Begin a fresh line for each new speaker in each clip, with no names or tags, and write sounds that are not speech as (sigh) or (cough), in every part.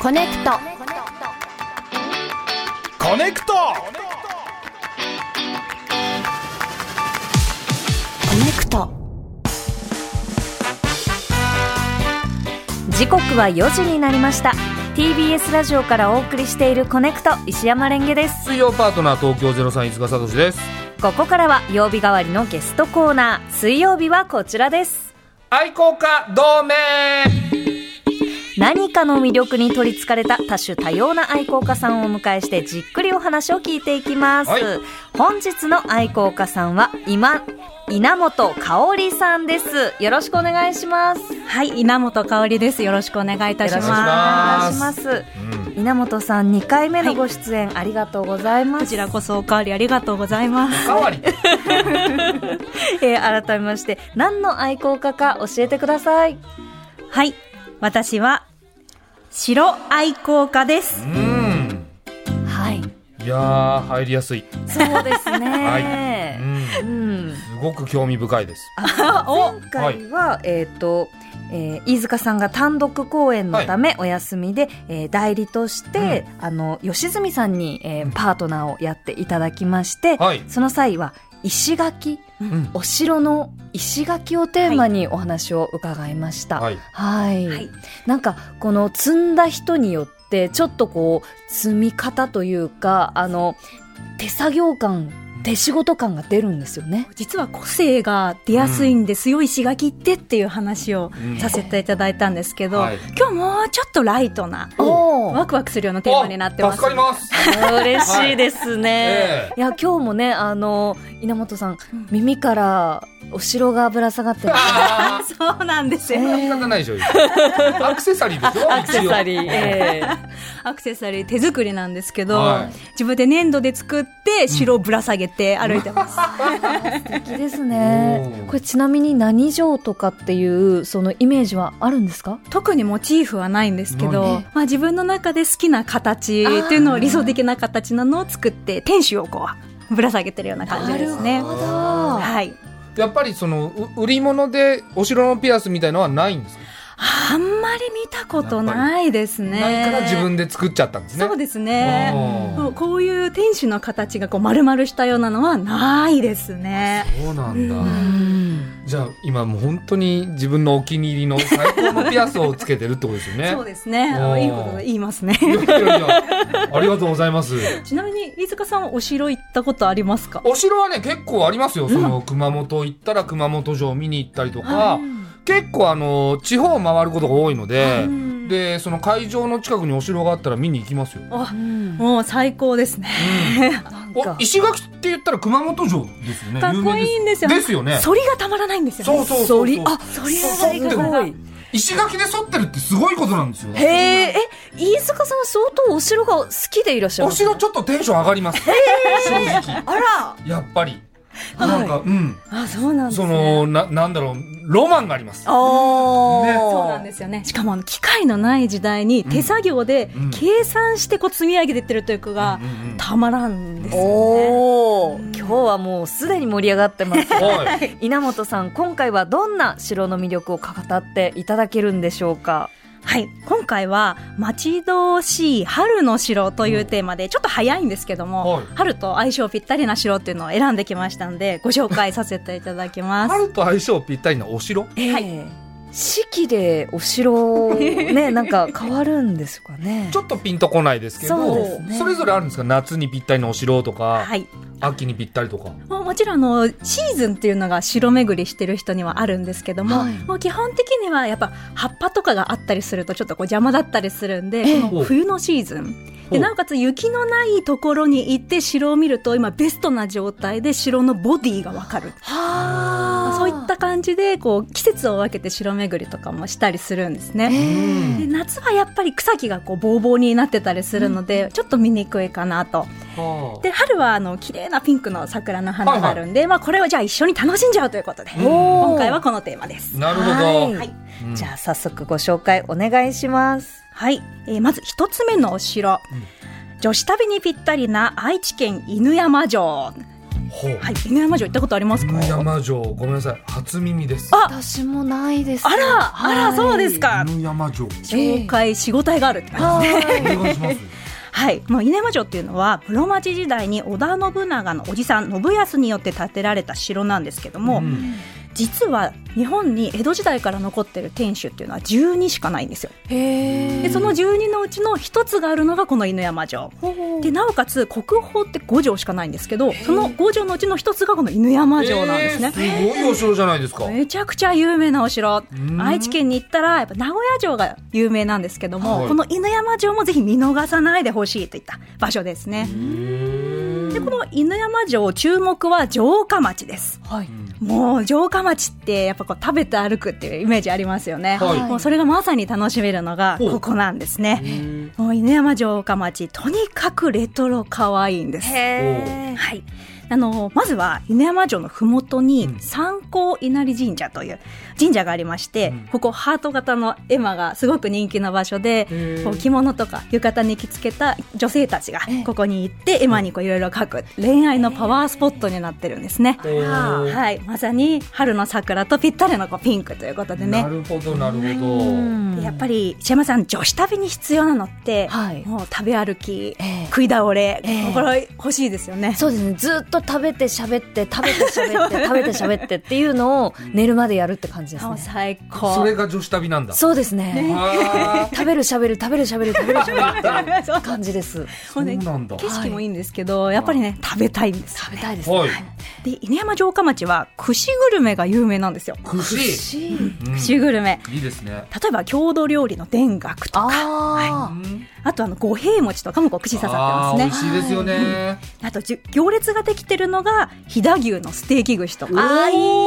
コネクト
コネクト
コネクト
時刻は4時になりました TBS ラジオからお送りしているコネクト石山レンゲです
水曜パートナー東京ゼロ三伊塚聡です
ここからは曜日代わりのゲストコーナー水曜日はこちらです
愛好家同盟
何かの魅力に取りつかれた多種多様な愛好家さんをお迎えしてじっくりお話を聞いていきます、
はい
本日の愛好家さんは今稲本香織さんですよろしくお願いします
はい、稲本香織です。よろしくお願いいたし
よろし
ます。
くお願いします
うん
稲本さん2回目のご出演ありがとうございます、
こちらこそおかわりありがとうございま
お
す。
かわり
えー改めまして何の愛好家か教えてください
はい、私は城愛好家です。
うん
はい
いやー入りやすい、
そうですね、
はいうん、す
うん
ごく興味深いです
前回は、えっ、と、えー飯塚さんが単独公演のためお休みで、えー代理として、あの吉住さんに、えーパートナーをやっていただきまして、
はい
その際は石垣
ん
お城の石垣をテーマにお話を伺いました。
はい
はい、
はい
なんかこの積んだ人によってちょっとこう積み方というかあの手作業感手仕事感が出るんですよね。
実は個性が出やすいんですよ、石垣ってっていう話を
うん
させていただいたんですけど、
はい
今日もうちょっとライトな、
お
ワクワクするようなテーマになってます。
あ助かります
嬉しいです (laughs) ね。
ええ
いや今日もねあの稲本さん
うん
耳からお城がぶら下がってる。
あー
(laughs) そうなんですよ。
仕方ないでしょアクセサリーでしょ
アクセサリー、
一応
え
アクセサリー手作りなんですけど、
はい
自分で粘土で作って城をぶら下げて歩いてます。
え素敵です
お
ね
ー。
これちなみに何城とかっていうそのイメージはあるんですか？
特にモチーフはないんですけ
な
ど
い、
まあ、自分の中で好きな形っていうのを理想的な形なのを作って天使をこうぶら下げてるような感じです
な
ね。
るほど。
はい、
やっぱりそのう売り物でお城のピアスみたいのはないんですか、
あんまり見たことないですね。
ないから自分で作っちゃったんですね
そうです
お
ね。
ー
そうこういう天使の形がこう丸々したようなのはないですね。
そうなんだ、
うん
じゃあ今もう本当に自分のお気に入りの最高のピアスをつけてるってことですよね
(laughs) そうですね。
おー
いいこと言います
(laughs)
ね。
いやいやいやありがとうございます
ちなみに飯塚さんはお城行ったことありますか？
お城はね結構ありますよその熊本行ったら熊本城見に行ったりとか、結構あの地方を回ることが多いので、
うん
でその会場の近くにお城があったら見に行きますよ
あ
う、ん
もう最高ですね。
なん
お
か
石垣って言ったら熊本城ですよね
かっこいいんですよ。
有名ですよね
反りがたまらないんですよ、
そ
ね。
うそうそうそう
反りあ
反り
そう
がたまらない。
石垣で反ってるってすごいことなんですよ
へええ飯塚さんは相当お城が好きでいらっしゃる
お城ちょっとテンション上がります正直
あら
やっぱり
はい
なんか、うん
あ、そうなんです
そ
ね。
のななんだろうロマンがあります
お
ね
そうなんですよね。しかもあの機械のない時代に手作業で
うん
計算してこう積み上げてってるというかが
うんうんうん
たまらんですよね。
おお、
うん
今日はもうすでに盛り上がってます。
はい
稲本さん、今回はどんな城の魅力を語っていただけるんでしょうか。
はい。今回は待ち遠しい春の城というテーマで、ちょっと早いんですけども、
はい
春と相性ぴったりな城っていうのを選んできましたんで、ご紹介させていただきます。
春と相性ぴったりなお城
はい。四季でお城ねなんか変わるんですかね
ち。ょっとピンとこないですけど
そうですね
それぞれあるんですか夏にぴったりのお城とか、
はい。
秋にぴったりとか
もうもちろんあのシーズンっていうのが城巡りしてる人にはあるんですけども、
はい
もう基本的にはやっぱ葉っぱとかがあったりするとちょっとこう邪魔だったりするんで、
ええ
この冬のシーズン
お
でなおかつ雪のないところに行って城を見ると今ベストな状態で城のボディがわかる
は
そういった感じでこう季節を分けて城巡りとかもしたりするんですね。
うん
で夏はやっぱり草木がこうボーボーになってたりするので、ちょっと見にくいかなと
はあ
で春はあの綺麗なピンクの桜の花があるんで、まあ、これをじゃあ一緒に楽しんじゃおうということで
うん
おー
今回はこのテーマです。
なるほど、
はい
うん
じゃあ早速ご紹介お願いします。
はい、えーまず一つ目のお城、
うん
女子旅にぴったりな愛知県犬山城。
ほう
はい、犬山城行ったことありますか。
犬山城ごめんなさい初耳です
あ
私もないです。
あら、あら、そうですか。
犬山城
紹介、仕事があるって感じ
は
お
い。
願いします
はい、もう犬山城っていうのは室町時代に織田信長のおじさん信康によって建てられた城なんですけども、
うん
実は日本に江戸時代から残ってる天守っていうのは12しかないんですよ
へ
でその12のうちの1つがあるのがこの犬山城でなおかつ国宝って5城しかないんですけどその5城のうちの1つがこの犬山城なんですね、
えーすごいお城じゃないですか
めちゃくちゃ有名なお城
ん
愛知県に行ったらやっぱ名古屋城が有名なんですけども、
はい
この犬山城もぜひ見逃さないでほしいといった場所ですねでこの犬山城注目は城下町です
はい。
もう城下町ってやっぱこう食べて歩くっていうイメージありますよね、
はい
もうそれがまさに楽しめるのが
ほう
ここなんですねもう犬山城下町とにかくレトロ可愛いんです
へ
はい、あのまずは犬山城の麓に
うん
三光稲荷神社という神社がありまして、
うん
ここハート型の絵馬がすごく人気な場所で、
へー
こう着物とか浴衣に着付けた女性たちがここに行って絵馬にこういろいろ描く恋愛のパワースポットになってるんですね。
おー
はい、まさに春の桜とぴったりのこうピンクということでね
な。るほどなるほど、
え。
でやっぱり石山さん女子旅に必要なのって、
はい
もう食べ歩き、
ええ
食い倒れ、
ええ
心欲しいですよね。
そうですね。ずっと食べて喋って食べて喋って食べて喋ってっていうのを寝るまでやるって感じです
もう
ね。
最高。
それが女子旅なんだ
そうですね。
あ
食べる喋る食べる喋る食べる喋るっていう
(laughs) そう
感じです。
ーそうなんだ
景色もいいんですけど、やっぱりね食べたいんです
食べたいですね。
はい
で犬山城下町は串グルメが有名なんですよ
串、うん
串グルメ
いいですね
例えば郷土料理の田楽とか
ああ。
あとあの五平餅とかもこう串刺さ
あ
っ
ー
て
美味
ます
し
ね
いですよね、
あとじゅ行列ができてるのが飛騨牛のステーキ串とか
ああいい。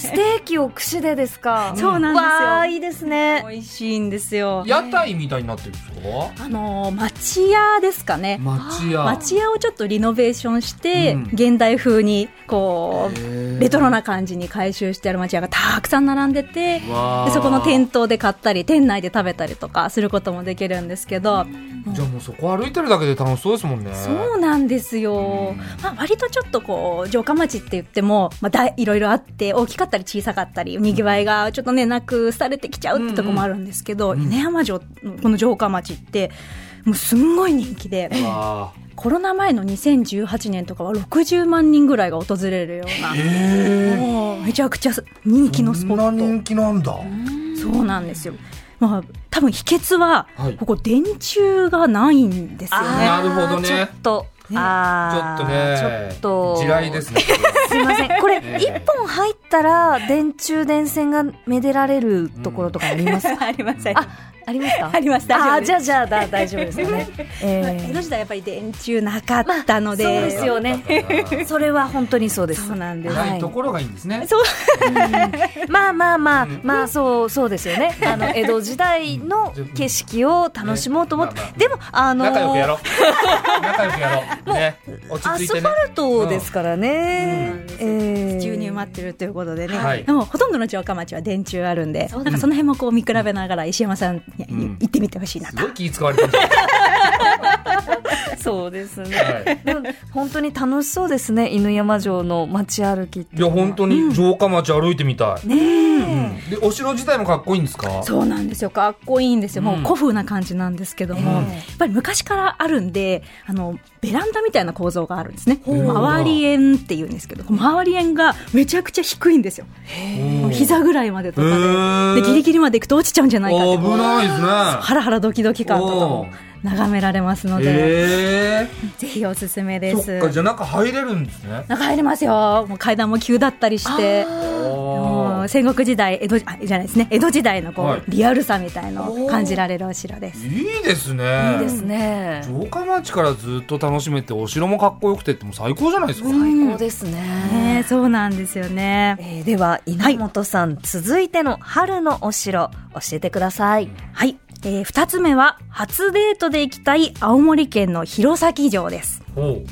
ステーキを串でですか。
そうなんですよ
わあいいですね。
美味しいんですよ
屋台みたいになってるんですか
あのー町屋ですかね
町屋
町屋をちょっとリノベーションして、
うん
現代風にこう
へー
レトロな感じに改修してある町屋がたくさん並んでて
わー
でそこの店頭で買ったり店内で食べたりとかすることもできるんですけど
じゃあもうそこ歩いてるだけで楽しそうですもんね
そうなんです
う
よ
ん、
まあ、割とちょっとこう城下町って言っても、まあ、だいいろいろあって大きかったり小さかったりにぎわいがちょっとねなくされてきちゃうってとこもあるんですけど、
ん
犬山城のこの城下町ってもうすんごい人気で
わー
コロナ前の2018年とかは60万人ぐらいが訪れるような。
え
もうめちゃくちゃ人気のスポット
そんな人気なんだ
そうなんですよ。まあ、多分秘訣は、
はい
ここ電柱がないんですよね。
なるほど
あー
ね
ちょっと。あ
ちょっと
ー
ね
ちょっと。
地雷ですねこれ
すみません。これ、
ええ
一本入ったら、電柱、電線がめでられるところとかあります、
ありません。
あ、 (laughs) ありました
あります大丈夫
あ、
です
じゃあ、じゃあ、だ大丈夫ですよ (laughs) ね。
まあ
え
江戸時代やっぱり電柱なかったので、
まあそうですよねえそれは本当にそうです。
そうなんです。
ないところがいいんですね
そう
まあまあまあ、まあそう、そうですよね。あの、江戸時代の景色を楽しもうと思って
ねまあま、あ
でも、あの
仲良くやろ
ー、
う (laughs) 仲良くやろうね落
ア
ち着い
ス
て
ファ
ね
ルトですからね
う
え
ん。
え
地中に埋まってるということでね、
はい
でもほとんどの城下町は電柱あるんで、
そう
なんかその辺もこう見比べながら石山さんに
うん
行ってみてほしいな
す
と
ご。い気使われてるんですよ
そうですね。
はい
でも本当に楽しそうですね。犬山城の街歩きって
いう
の
や
は。
本当に城下町歩いてみたい、
ねえ。
でお城自体もかっこいいんですか
そうなんですよかっこいいんですよ、もう古風な感じなんですけども、
うん
やっぱり昔からあるんであのベランダみたいな構造があるんですね
う
周り縁っていうんですけど周り縁がめちゃくちゃ低いんですよもう膝ぐらいまでと
へ
か
ー
ででギリギリまで行くと落ちちゃうんじゃないかって
危ないですね
ハラハラドキドキ感とかも眺められますので、
え
ぜひおすすめ
え
で
そ
す
っかじゃあ中入れるんですね
中入れますよもう階段も急だったりしても
あ
う戦国時代江戸あじゃないですね江戸時代のこう、
はい
リアルさみたいのを感じられるお城です
ーいいですね
いいですね。
城下町からずっと楽しめてお城もかっこよくてってもう最高じゃないですか、
最高です
ねえ、
ね。
そうなんですよね。
えーでは稲本さん、続いての春のお城教えてください。
はい。えー、二つ目は、初デートで行きたい青森県の弘前城です。
ほ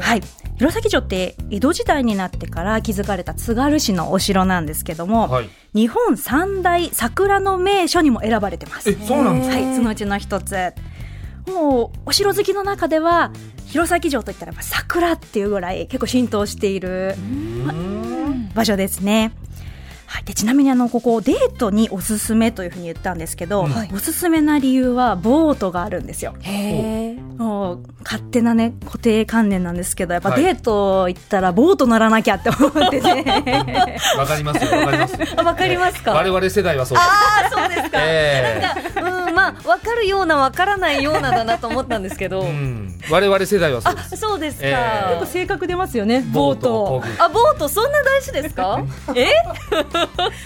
はい。弘前城って、江戸時代になってから築かれた津軽市のお城なんですけども、
うはい
日本三大桜の名所にも選ばれてます。
えそうなんです
はい、そのうちの一つ。もう、お城好きの中では、弘前城といったらやっぱ桜っていうぐらい結構浸透している場所ですね。はい、でちなみにあのここデートにおすすめというふうに言ったんですけど、
うん
おすすめな理由はボートがあるんですよ。
へえ。
もう勝手なね固定観念なんですけどやっぱ
はい
デート行ったらボート乗らなきゃって思ってね
わかりますよわかります
あわかりますか
我々世代はそうです
ああ、そうですか。
ええ
うん、まあ、わかるような、わからないようなだなと思ったんですけど。
うん、我々世代はそう
あ
(laughs) で、す
そうです
ええ
か
(laughs) 結構。
性格出ますよね
ボ
ボー
ートを
ト
漕
あ、ボート、そんな大事ですか。え、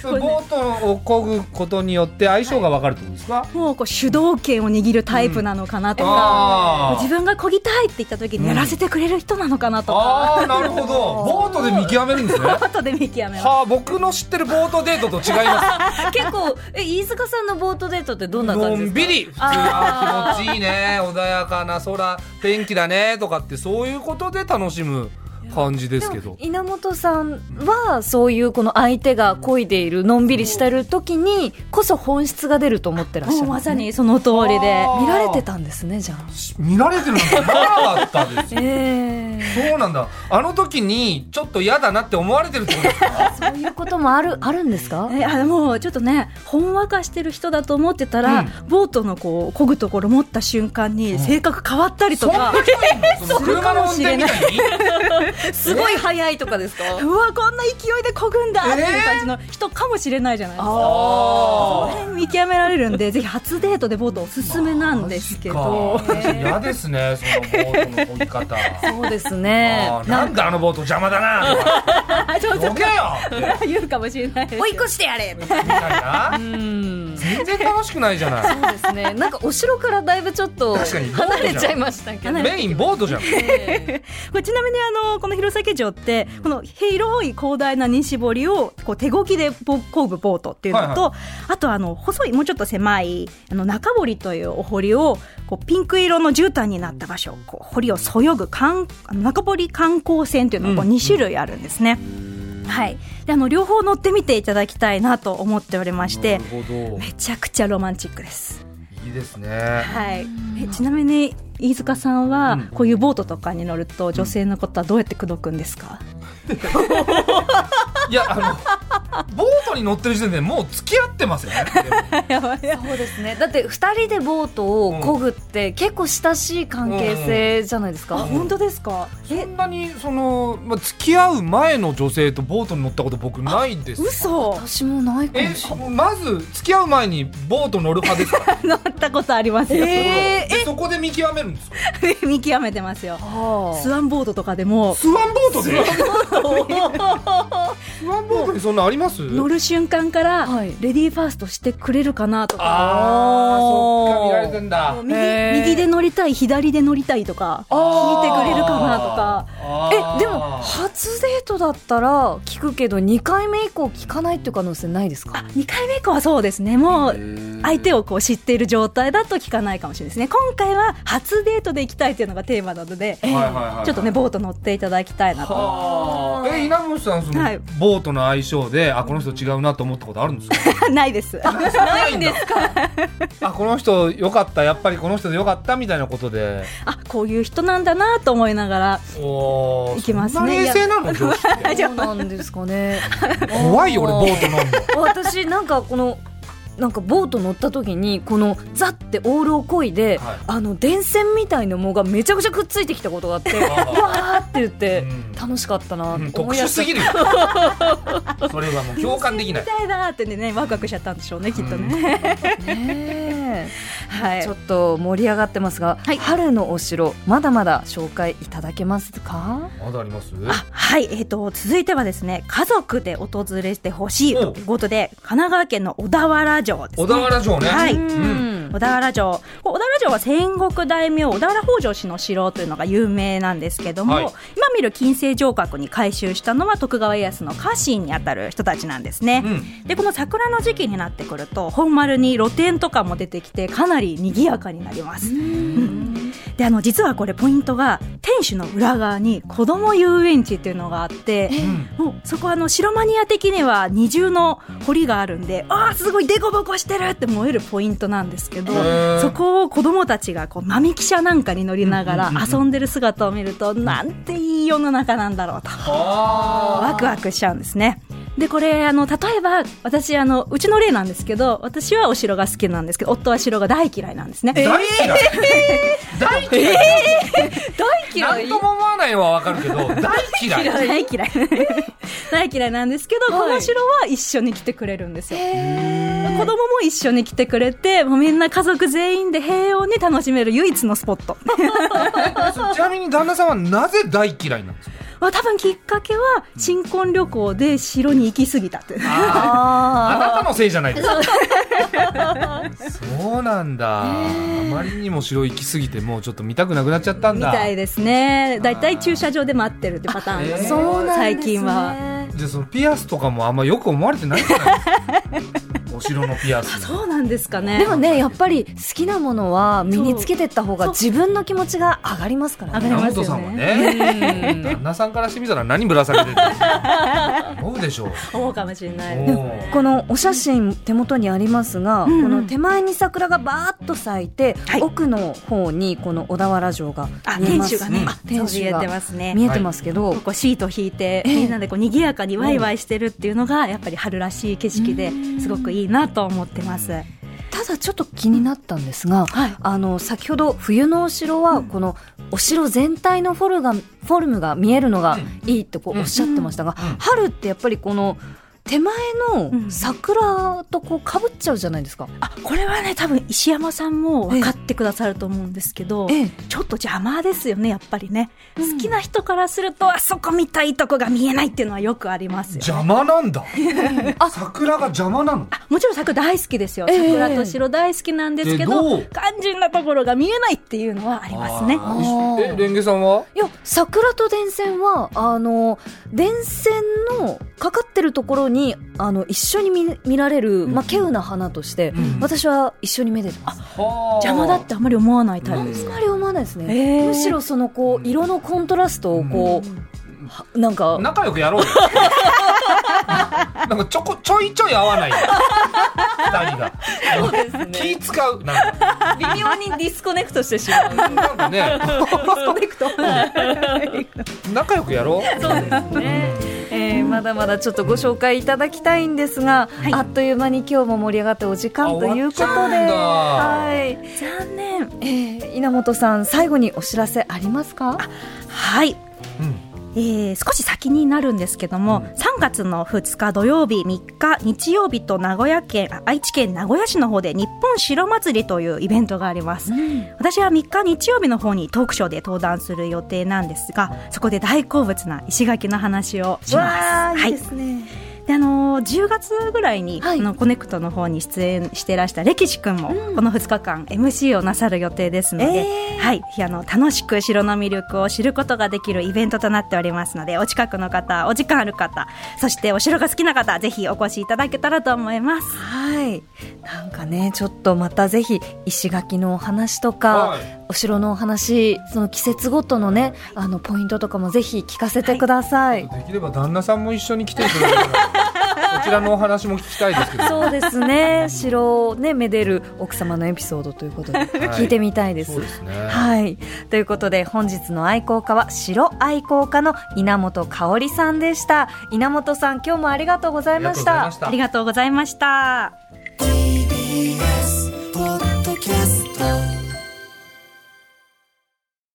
ぐボートを漕ぐことによって相性がわかるってことですか、
もうこう主導権を握るタイプなのかなとか、
あー
自分が漕ぎたいって言った時にやらせてくれる人なのかなとか、
ああなる (laughs) ほどボートで見極めるんですねは
後で見極めます
あ僕の知ってるボートデートと違いま
結構、え、飯塚さんのボートデートってど
す
んな感
の
じですか。
んびり普通あー気持ちいいね穏やかな空天気だねとかってそういうことで楽しむ感じですけ
で
ど
も稲本さんはそういうこの相手が恋でいるのんびりしてる時にこそ本質が出ると思ってらっしゃ
も
る、
うまさにその通りで
あー
見られてたんですねじゃあ
見られてるなんてなかったですよ (laughs)
ええ
そうなんだ。あの時にちょっと嫌だなって思われてるってことですか。
そういうことも
(laughs)
あるあるんですか
えあもうちょっとねほんわかしてる人だと思ってたら、ボートのこう漕ぐところ持った瞬間に性格変わったりと
そん
か
な、人いんの？その車の運転みたいに。
すごい早いとかですか
うわこんな勢いで漕ぐんだっていう感じの人かもしれないじゃないですか。この
あ
辺見極められるんで、ぜひ初デートでボートおすすめなんですけど。
あ。嫌ですね。そのボートの漕ぎ方。
そうですね
あーなんだあのボート邪魔だな。
あ、ちょ
(laughs)
っと
どけよって
言うかもしれないです。
追い越してやれみたい
みたいな。
なうんそ
全然楽しくないじゃな
うですねなんかお城からだいぶちょっと
確かに
離れちゃいましたけど
い。メインボートじゃん。
ええ
これちなみにあのこの弘前城ってこの広い広大な西堀をこう手こぎでぼ漕ぐボートっていうのと、あとあの細いもうちょっと狭いあの中堀というお堀をこうピンク色の絨毯になった場所こう堀をそよぐ観あの中堀観光船というのがこう
うん
2種類あるんですね。はい、であの両方乗ってみていただきたいなと思っておりまして
なるほ
めちゃくちゃロマンチックです。
ど。いいですね。
はい、えちなみに飯塚さんは、
うん
こういうボートとかに乗ると女性のことはどうやって口説くんですか、
いやあのボートに乗ってる時点でもう付き合ってますよね。でも
そうですねだって二人でボートをこぐって結構親しい関係性じゃないですか、
うん本
当ですか
そんなにその、まあ、付き合う前の女性とボートに乗ったこと僕ないんです
嘘
私もないか
え
もしれない
まず付き合う前にボート乗る派ですか
乗ったことありますよ、
え
でそこで見極めるんですか
(laughs) 見極めてますよ
は
スワンボードとかでも
スワンボートでスワンボートにそんなあります
乗る瞬間から、
はい
レディーファーストしてくれるかなと
あ
か
あそっか見られてんだ
右
へー
右で乗りたい左で乗りたいとか聞いてくれるかなとか
あー
えでも初デートだったら聞くけど2回目以降聞かないっていう可能性ないですか
2回目以降はそうですねもう
ー
相手をこう知っている状態だと聞かないかもしれないですね今回は初デートで行きたいというのがテーマなので、
はいはいはいはい
ちょっとねボート乗っていただきたいなと
はあえ稲本さんその、
はい
ボートの相性であこの人違うなと思ったことあるんですか
(laughs) な
(laughs)
いです
ないんですか (laughs) あこの人良かったやっぱりこの人で良かったみたいなことで
あこういう人なんだなと思いながら
おー
いきますね
そんな冷静なの上司って
そうなんですかね
怖いよ俺ボート乗んの
私なんかこのなんかボート乗った時にこのザッてオールをこいで、
はい
あの電線みたいなものがめちゃくちゃくっついてきたことがあ
(laughs)
ってわーって言って
うん
楽しかったな
うん
って
特
思い出
殊
しちゃ
す
っ
ぎるよそれはもう共感できない
みたいだってねワクワクしちゃったんでしょうねきっ
(laughs)
とね、
たね
は
え
い
ちょっと盛り上がってますが、
はい
春のお城まだまだ紹介いただけますか
まだあります
あはい、えー、と続いてはですね家族で訪れてほしいということで神奈川県の小田原城ですね
小田原城ね
はい
うん
小田原城小田原城は戦国大名小田原北条氏の城というのが有名なんですけども、
はい
今見る金星城郭に改修したのは徳川家康の家臣にあたる人たちなんですね、
うん
でこの桜の時期になってくると本丸に露店とかも出てきてかなり賑やかになります、うんであの実はこれポイントが天守の裏側に子ども遊園地っていうのがあってもうそこはあの城マニア的には二重の堀があるんでああすごいデコボコしてるって燃えるポイントなんですけどそこを子どもたちがこうマミ汽車なんかに乗りながら遊んでる姿を見るとなんていい世の中なんだろうとワクワクしちゃうんですね。でこれあの例えば私あのうちの例なんですけど私はお城が好きなんですけど夫は城が大嫌いなんですね。
大嫌い、大嫌い、
大嫌
なんとも思わないはわかるけど大嫌い
(laughs) 大嫌い大嫌いなんですけど、
はい
この城は一緒に来てくれるんですよ子供も一緒に来てくれてもうみんな家族全員で平穏に楽しめる唯一のスポット
ちなみに旦那さんはなぜ大嫌いなんですか
まあ多分きっかけは新婚旅行で城に行き過ぎたっていう
あ
あ
なたのせいじゃないですかそうなんだ、あまりにも城行き過ぎてもうちょっと見たくなくなっちゃったん
み
だ
たいですねだいたい駐車場で待ってるってパターン
あ
で
へ
す
ー
あ、そうなんですね。
最近は
じゃあそのピアスとかもあんまよく思われてないんじゃないですかお城のピアス
そうなんですかね
でもね、やっぱり好きなものは身につけてった方が自分の気持ちが上がりますからね。
上がり
山
ます
本
よね
さんはね旦那さんからしてみたら何ぶら下げてるの思うでしょう
思うかもしれない
お
です
ー
このお写真手元にありますが、
うんうん
この手前に桜がバーッと咲いて、
はい
奥の方にこの小田原城が
あ
見え
天
ます
守がね
うん
あ
天守
そう見え
が
てますね
見えてますけど、
こうシート引いて、
ええ
みんなでこう賑やかにワイワイしてるっていうのがやっぱり春らしい景色で
うん
すごくいいなと思ってます。はい、
ただちょっと気になったんですが、あの先ほど冬のお城はこのお城全体のフォルがフォルムが見えるのがいいってこ
う
うんおっしゃってましたが、
うん
春ってやっぱりこの手前
う
の
ん
桜とこう被っちゃうじゃないですか。
あこれはね多分石山さんも分かってくださると思うんですけど、
ええ、
ちょっと邪魔ですよねやっぱりね、
うん
好きな人からするとあそこ見たいとこが見えないっていうのはよくありますよ。
邪魔なんだ
あ
桜が邪魔なの
もちろん桜大好きですよ、
ええ
桜と城大好きなんですけど、
けど
肝心なところが見えないっていうのはありますね。
あーえレンゲさんはい
や桜と電線はあの電線のかかってるところにあの一緒に見見られる、
うん
まあ、稀有な花として、
うん
私は一緒にめでてます。
邪
邪魔だってあんまり思わないタイプです
あ
か
んまり思わないですね、
へー
むしろそのこう色のコントラストをこう、はなんか
仲良くやろうよなんかちょこちょいちょい合わないよ二人が気使うなんか
微妙にディスコネクトしてしまう
なんかね
コネクト
(laughs) 仲良くやろう
えーまだまだちょっとご紹介いただきたいんですが、あっという間に今日も盛り上がってお時間ということで
あ終わっちゃ
はい、
残念
えー稲本さん最後にお知らせありますか
はい
うん
えー少し先になるんですけども、
うん
3月の2日土曜日3日日曜日と名古屋県あ愛知県名古屋市の方で日本城祭りというイベントがあります、私は3日日曜日の方にトークショーで登壇する予定なんですがそこで大好物な石垣の話をしますはい
すね、
であのー10月ぐらいに、
はい
あのコネクトの方に出演してらした歴史くんも、
うん
この2日間 MC をなさる予定ですので、
えー
はい、あの楽しく城の魅力を知ることができるイベントとなっておりますのでお近くの方お時間ある方そしてお城が好きな方ぜひお越しいただけたらと思います。
はいなんかねちょっとまたぜひ石垣のお話とか、
はい
お城のお話その季節ごとのねあのポイントとかもぜひ聞かせてください、
できれば旦那さんも一緒に来ていただけたらこちらのお話も聞きたいですけど
そうですね城をねめでる奥様のエピソードということで聞いてみたいです、
そうですね
はい。ということで、本日の愛好家は、城愛好家の稲本香織さんでした。稲本さん、今日もありがとうござ
あ
いました。
ありがとうございました。